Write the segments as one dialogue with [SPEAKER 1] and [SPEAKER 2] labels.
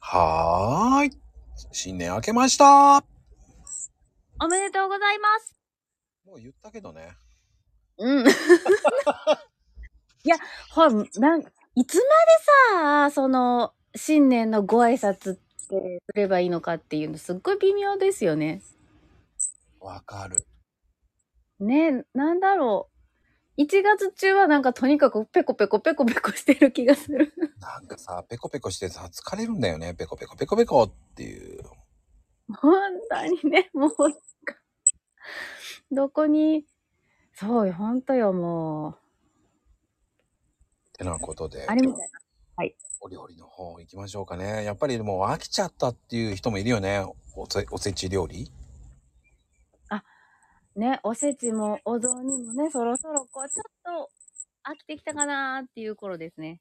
[SPEAKER 1] はーい。新年明けました
[SPEAKER 2] おめでとうございます。
[SPEAKER 1] もう言ったけどね。
[SPEAKER 2] うん。いや、ほら、なん、いつまでさ、その、新年のご挨拶ってすればいいのかっていうの、すっごい微妙ですよね。
[SPEAKER 1] わかる。
[SPEAKER 2] ね、なんだろう。1月中はなんかとにかくペコペコペコペコしてる気がする。
[SPEAKER 1] なんかさ、ペコペコしてさ、疲れるんだよね。ペコペコペコペコっていう。
[SPEAKER 2] 本当にね、もう、どこに、そうよ、本当よ、も
[SPEAKER 1] てなことで
[SPEAKER 2] う。、あれみたいな。
[SPEAKER 1] お料理の方行きましょうかね。やっぱりもう飽きちゃったっていう人もいるよね。おせおせち料理。
[SPEAKER 2] ね、おせちもお雑煮もね、そろそろこう、ちょっと飽きてきたかなーっていう頃ですね。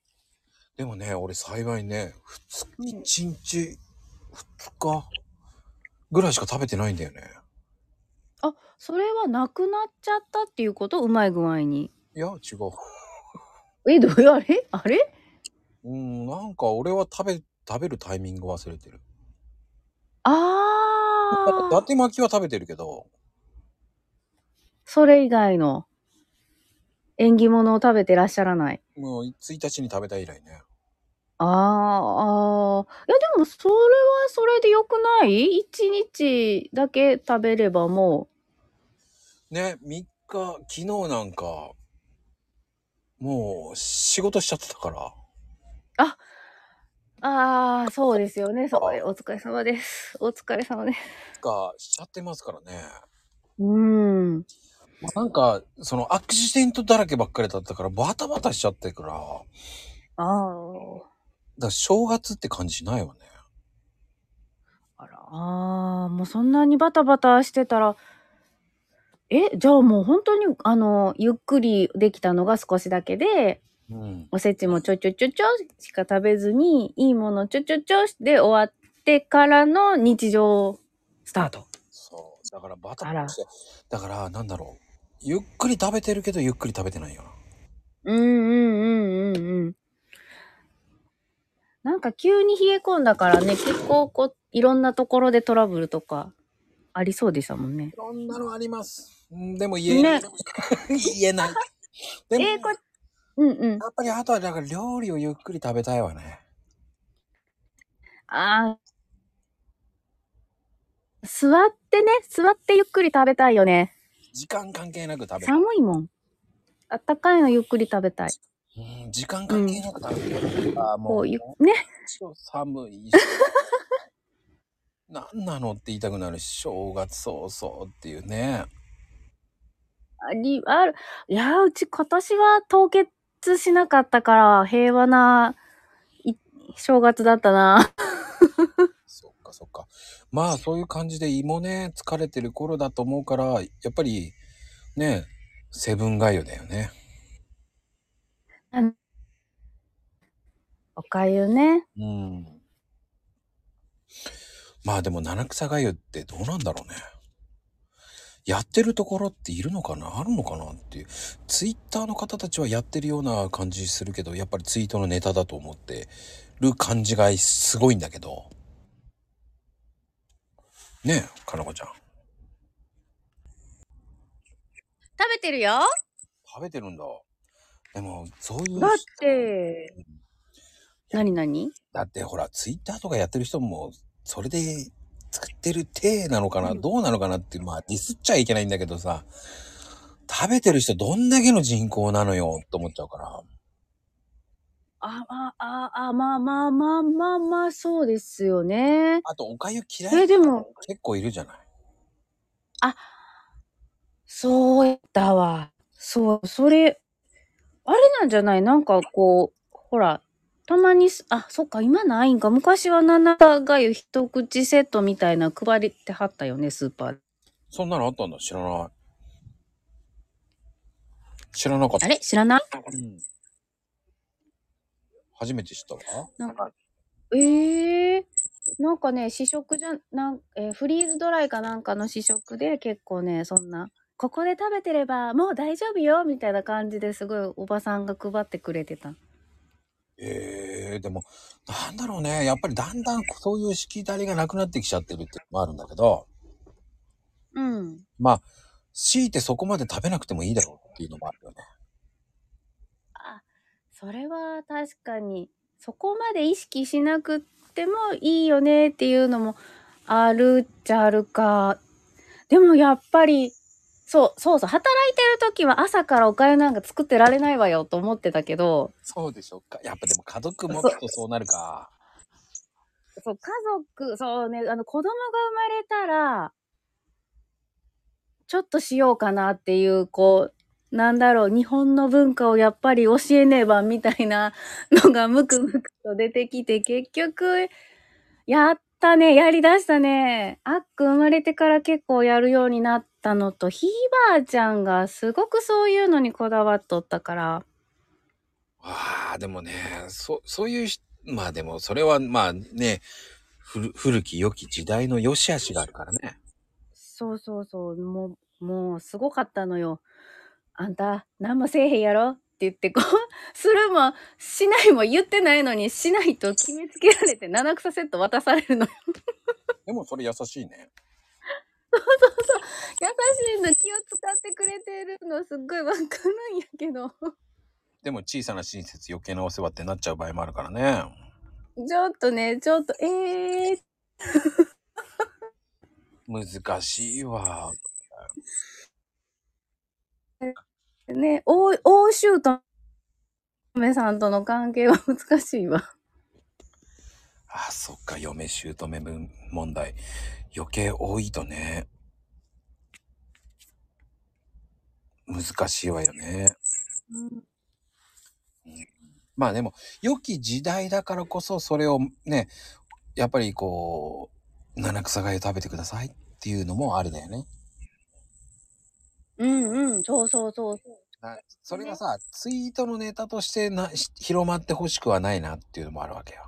[SPEAKER 1] でもね、俺幸いね、ふつ
[SPEAKER 2] うん
[SPEAKER 1] 一日、二日ぐらいしか食べてないんだよね。
[SPEAKER 2] あ、それはなくなっちゃったっていうことうまい具合に。
[SPEAKER 1] いや、違う。
[SPEAKER 2] え、どう あれあれ
[SPEAKER 1] うん、なんか俺は食べ、食べるタイミング忘れてる。
[SPEAKER 2] あ
[SPEAKER 1] 伊
[SPEAKER 2] ー、
[SPEAKER 1] 達巻きは食べてるけど、
[SPEAKER 2] それ以外の縁起物を食べてらっしゃらない。
[SPEAKER 1] もう1日に食べた以来ね。
[SPEAKER 2] あー、あー。いや、でもそれはそれでよくない一日だけ食べればも
[SPEAKER 1] ね、3日、昨日なんか、もう仕事しちゃってたから、
[SPEAKER 2] う。あー、そうですよね。そうお疲れ様です。お疲れ様です。
[SPEAKER 1] がしちゃってますからね。
[SPEAKER 2] うーん。
[SPEAKER 1] まあなんか、そのアクシデントだらけばっかりだったから、バタバタしちゃってるから、だか
[SPEAKER 2] あ
[SPEAKER 1] ら正月って感じしないわね。
[SPEAKER 2] あ。あら、ああ、もうそんなにバタバタしてたら、え、じゃあもう本当に、あの、ゆっくりできたのが少しだけで、
[SPEAKER 1] うん。
[SPEAKER 2] おせちもちょちょちょちょしか食べずに、いいものちょちょちょで終わってからの日常スタート。
[SPEAKER 1] そう。だからバタバタして、だからなんだろう。ゆっくり食べてるけど、ゆっくり食べてないよな。
[SPEAKER 2] うんうんうんうんうん。なんか急に冷え込んだからね、結構こう、いろんなところでトラブルとかありそうでしたもんね
[SPEAKER 1] い。ろんなのあります。うんでも言えない。
[SPEAKER 2] ね
[SPEAKER 1] 言え ない。で
[SPEAKER 2] え
[SPEAKER 1] も、
[SPEAKER 2] ーこうんうん。
[SPEAKER 1] やっぱりあとはだから料理をゆっくり食べたいわね。
[SPEAKER 2] ああ。座ってね、座ってゆっくり食べたいよね。
[SPEAKER 1] 時間関係なく食べる。
[SPEAKER 2] 寒いもん。あったかいのゆっくり食べたい。
[SPEAKER 1] うん、時間関係なく食べる。あー
[SPEAKER 2] こ
[SPEAKER 1] も
[SPEAKER 2] う
[SPEAKER 1] う、
[SPEAKER 2] ゆ、ね。
[SPEAKER 1] 超寒いし。何なのって言いたくなるし正月早々っていうね。
[SPEAKER 2] あり、ある。いやー、うち今年は凍結しなかったから、平和な、い正月だったな。
[SPEAKER 1] そっかそっか。まあそういう感じで胃もね、疲れてる頃だと思うから、やっぱりね、セブンがゆだよね。
[SPEAKER 2] おかゆね。
[SPEAKER 1] うん。まあでも七草がゆってどうなんだろうね。やってるところっているのかなあるのかなっていう。ツイッターの方たちはやってるような感じするけど、やっぱりツイートのネタだと思ってる感じがすごいんだけど。ねえ、かなこちゃん。
[SPEAKER 2] 食べてるよ
[SPEAKER 1] 食べてるんだ。でも、そういう。
[SPEAKER 2] だって、なになに
[SPEAKER 1] だってほら、ツイッターとかやってる人も、それで作ってる体なのかな、
[SPEAKER 2] うん
[SPEAKER 1] どうなのかなって、まあ、ディスっちゃいけないんだけどさ、食べてる人どんだけの人口なのよ、と思っちゃうから。
[SPEAKER 2] あ、あ、あ、あ、まあまあまあまあまあ、そうですよね。
[SPEAKER 1] あと、おかゆ嫌いな
[SPEAKER 2] え、
[SPEAKER 1] 人
[SPEAKER 2] でも、
[SPEAKER 1] 結構いるじゃない。
[SPEAKER 2] そうだわ。そう、それ、あれなんじゃないなんかこう、ほら、たまにす、あ、そっか、今ないんか。昔は七ががゆ一口セットみたいな配りってはったよね、スーパーで。
[SPEAKER 1] そんなのあったんだ、知らない。知らなかった。
[SPEAKER 2] あれ知らない
[SPEAKER 1] うん初めて知ったわ。
[SPEAKER 2] なんか、ええなんかね、試食じゃ、なん、えーフリーズドライかなんかの試食で結構ね、そんな、ここで食べてればもう大丈夫よみたいな感じですごいおばさんが配ってくれてた。
[SPEAKER 1] ええでも、なんだろうね。やっぱりだんだんそういうしきたりがなくなってきちゃってるっていうのもあるんだけど、
[SPEAKER 2] うん。
[SPEAKER 1] まあ、強いてそこまで食べなくてもいいだろうっていうのもあるよね。
[SPEAKER 2] あ、それは確かに、そこまで意識しなくってもいいよねっていうのもあるっちゃあるか。でもやっぱり、そう、そうそう、働いてる時は朝からおかゆなんか作ってられないわよと思ってたけど、
[SPEAKER 1] そうでしょうか。やっぱでも家族持つとそうなるか。
[SPEAKER 2] そう、家族、そうね、あの子供が生まれたら、ちょっとしようかなっていう、こう、なんだろう、日本の文化をやっぱり教えねばみたいなのがムクムクと出てきて、結局、やったね、やりだしたね。あっくん生まれてから結構やるようになったのと、ひいばあちゃんがすごくそういうのにこだわっとったから、
[SPEAKER 1] ああ、でもね、そ、そういうし、まあでもそれはまあね、古古き良き時代の良し悪しがあるからね。
[SPEAKER 2] そうそうそう、もう、もうすごかったのよ。あんた、何もせえへんやろって言って、こう、 するも、しないも言ってないのに、しないと決めつけられて、七草セット渡されるのよ。
[SPEAKER 1] でもそれ優しいね。
[SPEAKER 2] 優しいの気を使ってくれてるの、すっごいわかるんやけど。
[SPEAKER 1] でも小さな親切余計なお世話ってなっちゃう場合もあるからね。
[SPEAKER 2] ちょっとね、ちょっと、えー、
[SPEAKER 1] 難しいわ。
[SPEAKER 2] ね、欧欧州と、嫁さんとの関係は 難しいわ。
[SPEAKER 1] ああ、そっか、嫁姑分問題。余計多いとね。難しいわよね。
[SPEAKER 2] うん、
[SPEAKER 1] まあでも、良き時代だからこそ、それをね、やっぱりこう、七草がゆ食べてくださいっていうのもありだよね。
[SPEAKER 2] うん、うん、そうそうそうそう。
[SPEAKER 1] なそれがさ、ツイートのネタとしてなし広まってほしくはないなっていうのもあるわけよ。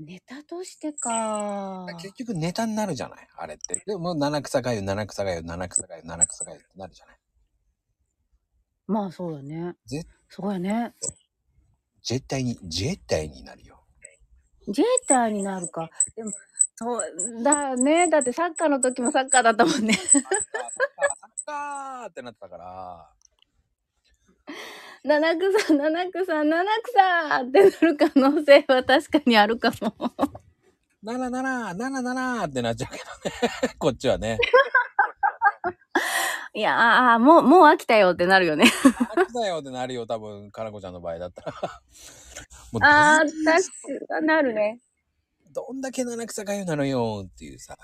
[SPEAKER 2] ネタとしてか。
[SPEAKER 1] 結局ネタになるじゃないあれって。でも、七草がゆ、七草がゆ、七草がゆ、七草がゆってなるじゃない
[SPEAKER 2] まあそうだね。
[SPEAKER 1] ぜ
[SPEAKER 2] すごいね。
[SPEAKER 1] 絶対に、絶対になるよ。
[SPEAKER 2] ジェーターになるか。でも、そうだね。だってサッカーの時もサッカーだったもんね。
[SPEAKER 1] サッカー、サッカー、サッカーってなってたから。
[SPEAKER 2] 七草、七草、七草ってなる可能性は確かにあるかも。
[SPEAKER 1] ならなら、ならならってなっちゃうけどね。こ っちはね。
[SPEAKER 2] いやー、あーもう、もう飽きたよってなるよね。
[SPEAKER 1] 飽きたよってなるよ、多分、かなこちゃんの場合だったら。もう
[SPEAKER 2] ああ、確かになるね。
[SPEAKER 1] どんだけ七草がゆなのよっていうさ。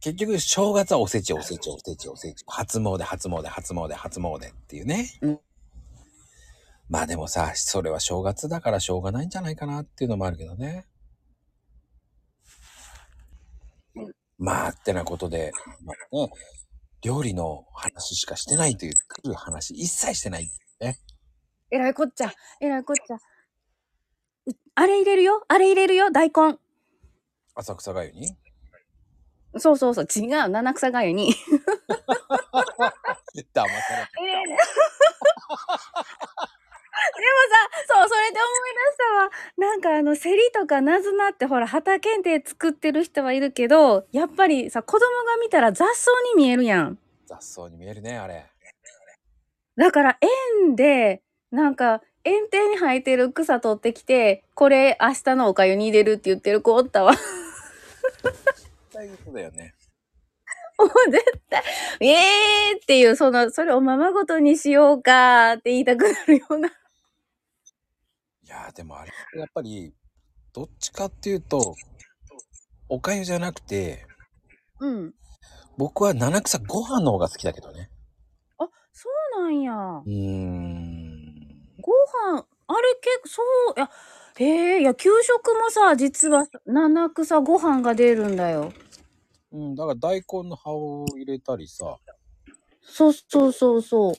[SPEAKER 1] 結局、正月はおせち、おせち、おせち、おせち、初詣、初詣、初詣、初詣っていうね。
[SPEAKER 2] うん
[SPEAKER 1] まあでもさ、それは正月だからしょうがないんじゃないかなっていうのもあるけどね。
[SPEAKER 2] うん
[SPEAKER 1] まあ、ってなことで、まあね、料理の話しかしてないという、来る話一切してない。
[SPEAKER 2] えらいこっちゃ。えらいこっちゃ。うあれ入れるよ。あれ入れるよ。大根。
[SPEAKER 1] 浅草がゆ に。
[SPEAKER 2] そうそうそう。違う。七草がゆに。
[SPEAKER 1] 騙され
[SPEAKER 2] ええ でもさ、そう、それで思い出したわ。なんかあの、セリとかナズナってほら、畑検定作ってる人はいるけど、やっぱりさ、子供が見たら雑草に見えるやん。
[SPEAKER 1] 雑草に見えるね、あれ。
[SPEAKER 2] だから、園で、なんか、園庭に生えてる草取ってきて、これ明日のおかゆに入れるって言ってる子おったわ。
[SPEAKER 1] 絶対嘘だよね。
[SPEAKER 2] もう絶対、ええーっていう、その、それおままごとにしようかって言いたくなるような。
[SPEAKER 1] いやーでもあれ、やっぱり、どっちかっていうと、おかゆじゃなくて、
[SPEAKER 2] うん。
[SPEAKER 1] 僕は七草ご飯の方が好きだけどね。
[SPEAKER 2] あ、そうなんや
[SPEAKER 1] う。ーん。
[SPEAKER 2] ご飯、あれ結構、そう、いや、へえ、いや、給食もさ、実は七草ご飯が出るんだよ。
[SPEAKER 1] うん、だから大根の葉を入れたりさ、
[SPEAKER 2] そうそうそうそう。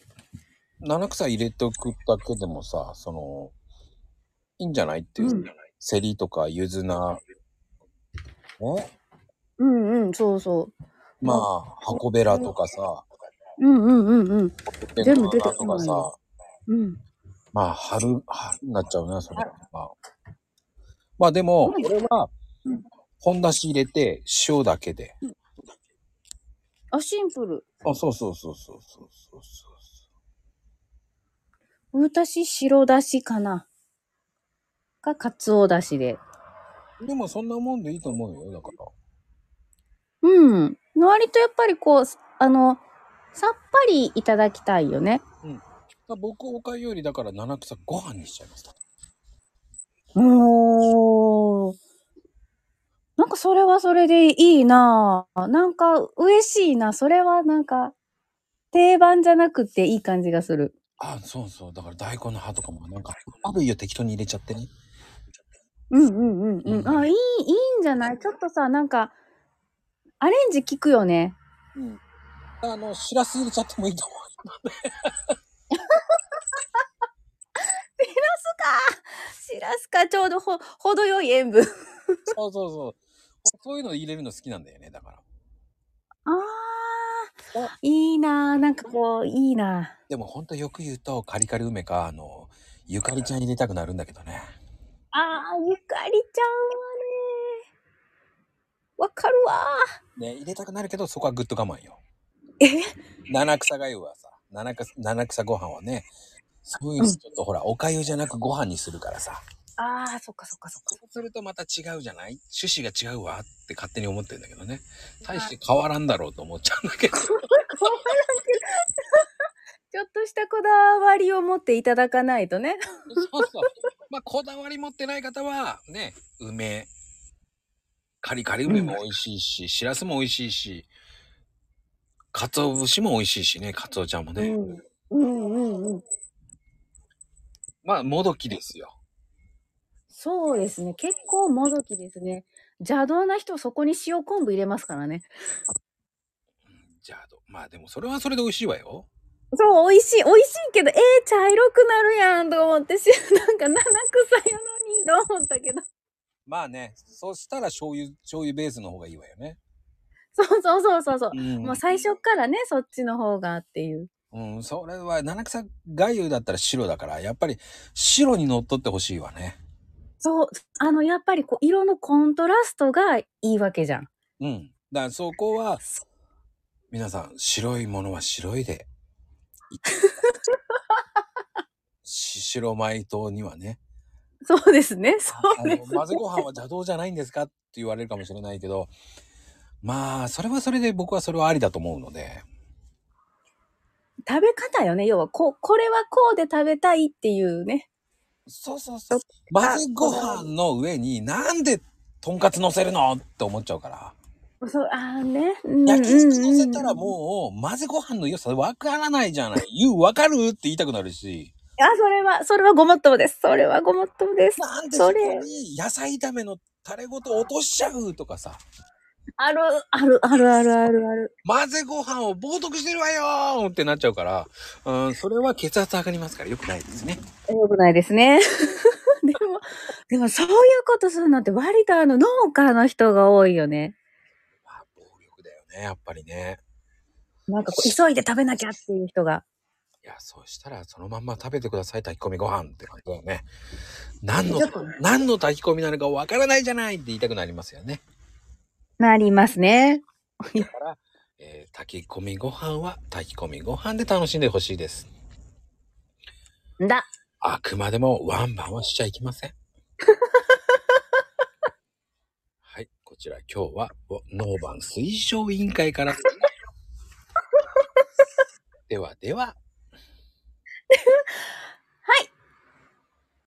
[SPEAKER 1] 七草入れておくだけでもさ、その、いいんじゃないっていう。
[SPEAKER 2] うん
[SPEAKER 1] セリとかゆずな、ね、
[SPEAKER 2] うんうん、そうそ
[SPEAKER 1] まあ、箱べらとかさ、
[SPEAKER 2] う。うんうんうんうん。
[SPEAKER 1] ペ
[SPEAKER 2] 全部出て
[SPEAKER 1] とか
[SPEAKER 2] こない
[SPEAKER 1] さ、
[SPEAKER 2] うん。
[SPEAKER 1] まあ、春、春になっちゃうな、それは。まあでも、これは
[SPEAKER 2] うん、
[SPEAKER 1] 本出し入れて、塩だけで。
[SPEAKER 2] あ、シンプル。
[SPEAKER 1] あ、そうそうそうそうそうそうそう。
[SPEAKER 2] 私、白だしかな。か、かつおだしで。
[SPEAKER 1] でもそんなもんでいいと思うよ、だから。
[SPEAKER 2] うん。割とやっぱりこう、あの、さっぱりいただきたいよね。
[SPEAKER 1] だ僕、おかゆよりだから七草ご飯にしちゃいました。
[SPEAKER 2] おー。なんかそれはそれでいいなぁ。なんか嬉しいな。それはなんか定番じゃなくていい感じがする。
[SPEAKER 1] あ、そうそう。だから大根の葉とかもなんか、あるいよ、適当に入れちゃってね。
[SPEAKER 2] うんうんうんうん。あ、いい、いいんじゃないちょっとさ、なんかアレンジ効くよね。
[SPEAKER 1] うん。あの、しらす入れちゃってもいいと思
[SPEAKER 2] しらすかちょうどほ、程よい塩分。
[SPEAKER 1] う。そうそうそう。そういうの入れるの好きなんだよね、だから。
[SPEAKER 2] あー、いいなぁ。なんかこう、いいなぁ。
[SPEAKER 1] でもほんとよく言うと、カリカリ梅か、あの、ゆかりちゃん入れたくなるんだけどね。
[SPEAKER 2] あー、ゆかりちゃんはね、わかるわー。
[SPEAKER 1] ね、入れたくなるけど、そこはぐっと我慢よ。
[SPEAKER 2] え
[SPEAKER 1] 七草がゆはさ、七草、七草ご飯はね、そういうのちょっとほら、おかゆじゃなくご飯にするからさ。
[SPEAKER 2] ああ、そっかそっかそっか。
[SPEAKER 1] そうするとまた違うじゃない趣旨が違うわって勝手に思ってるんだけどね。大して変わらんだろうと思っちゃうんだけど。
[SPEAKER 2] ちょっとしたこだわりを持っていただかないとね。
[SPEAKER 1] そうそう。まあ、こだわり持ってない方は、ね、梅、カリカリ梅も美味しいし、しらすも美味しいし、かつお節も美味しいしね、かつおちゃんもね。
[SPEAKER 2] うん。うんうんうん。
[SPEAKER 1] まあ、もどきですよ。
[SPEAKER 2] そうですね。結構もどきですね。邪道な人そこに塩昆布入れますからね。
[SPEAKER 1] じゃあ、どまあでもそれはそれで美味しいわよ。
[SPEAKER 2] そう、美味しい。美味しいけど、えー、茶色くなるやんと思って、しなんか七草やのにと思ったけど。
[SPEAKER 1] まあね、そしたら醤油、醤油ベースの方がいいわよね。
[SPEAKER 2] そうそうそうそうそうう。
[SPEAKER 1] ん
[SPEAKER 2] もう最初っからね、そっちの方がっていう。
[SPEAKER 1] うん、それは七草がゆだったら白だからやっぱり白にのっとってほしいわね
[SPEAKER 2] そう、あの、やっぱりこう、色のコントラストがいいわけじゃん。
[SPEAKER 1] うんだからそこは皆さん白いものは白いでいってくださいし 白米糖にはね
[SPEAKER 2] そうですね。そ
[SPEAKER 1] あ
[SPEAKER 2] うで
[SPEAKER 1] の
[SPEAKER 2] す。
[SPEAKER 1] 混ぜご飯は邪道じゃないんですかって言われるかもしれないけどまあそれはそれで僕はそれはありだと思うので
[SPEAKER 2] 食べ方よね。要は、こ、これはこうで食べたいっていうね。
[SPEAKER 1] そうそうそう混ぜご飯の上になんでとんかつ乗せるのって思っちゃうから。
[SPEAKER 2] そう、ああね。うん
[SPEAKER 1] 焼き肉乗せたら
[SPEAKER 2] うんうん
[SPEAKER 1] もう混ぜご飯の良さわからないじゃない。言うわかるって言いたくなるし。
[SPEAKER 2] あ、それは、それはごもっともです。それはごもっともです。
[SPEAKER 1] なんでそ
[SPEAKER 2] そ
[SPEAKER 1] こ
[SPEAKER 2] れ
[SPEAKER 1] に野菜炒めのタレごと落としちゃうとかさ。
[SPEAKER 2] ある、ある、ある、ある、ある、ある。
[SPEAKER 1] 混ぜご飯を冒涜してるわよーってなっちゃうから、うん、それは血圧上がりますから良くないですね。
[SPEAKER 2] よくないですね。 でも、でもそういうことするのって割とあの農家の人が多いよね。
[SPEAKER 1] まあ、暴力だよね、やっぱりね。
[SPEAKER 2] なんかこう、急いで食べなきゃっていう人が。
[SPEAKER 1] いや、そうしたらそのまんま食べてください、炊き込みご飯って感じだよね。何の
[SPEAKER 2] ちょっとね、
[SPEAKER 1] 何の炊き込みなのかわからないじゃないって言いたくなりますよね。
[SPEAKER 2] なりますね。
[SPEAKER 1] だから、えー炊き込みご飯は炊き込みご飯で楽しんでほしいです。
[SPEAKER 2] んだ。
[SPEAKER 1] あくまでもワンバンはしちゃいけません。はい、こちら今日はおノーバン推奨委員会から。ではでは、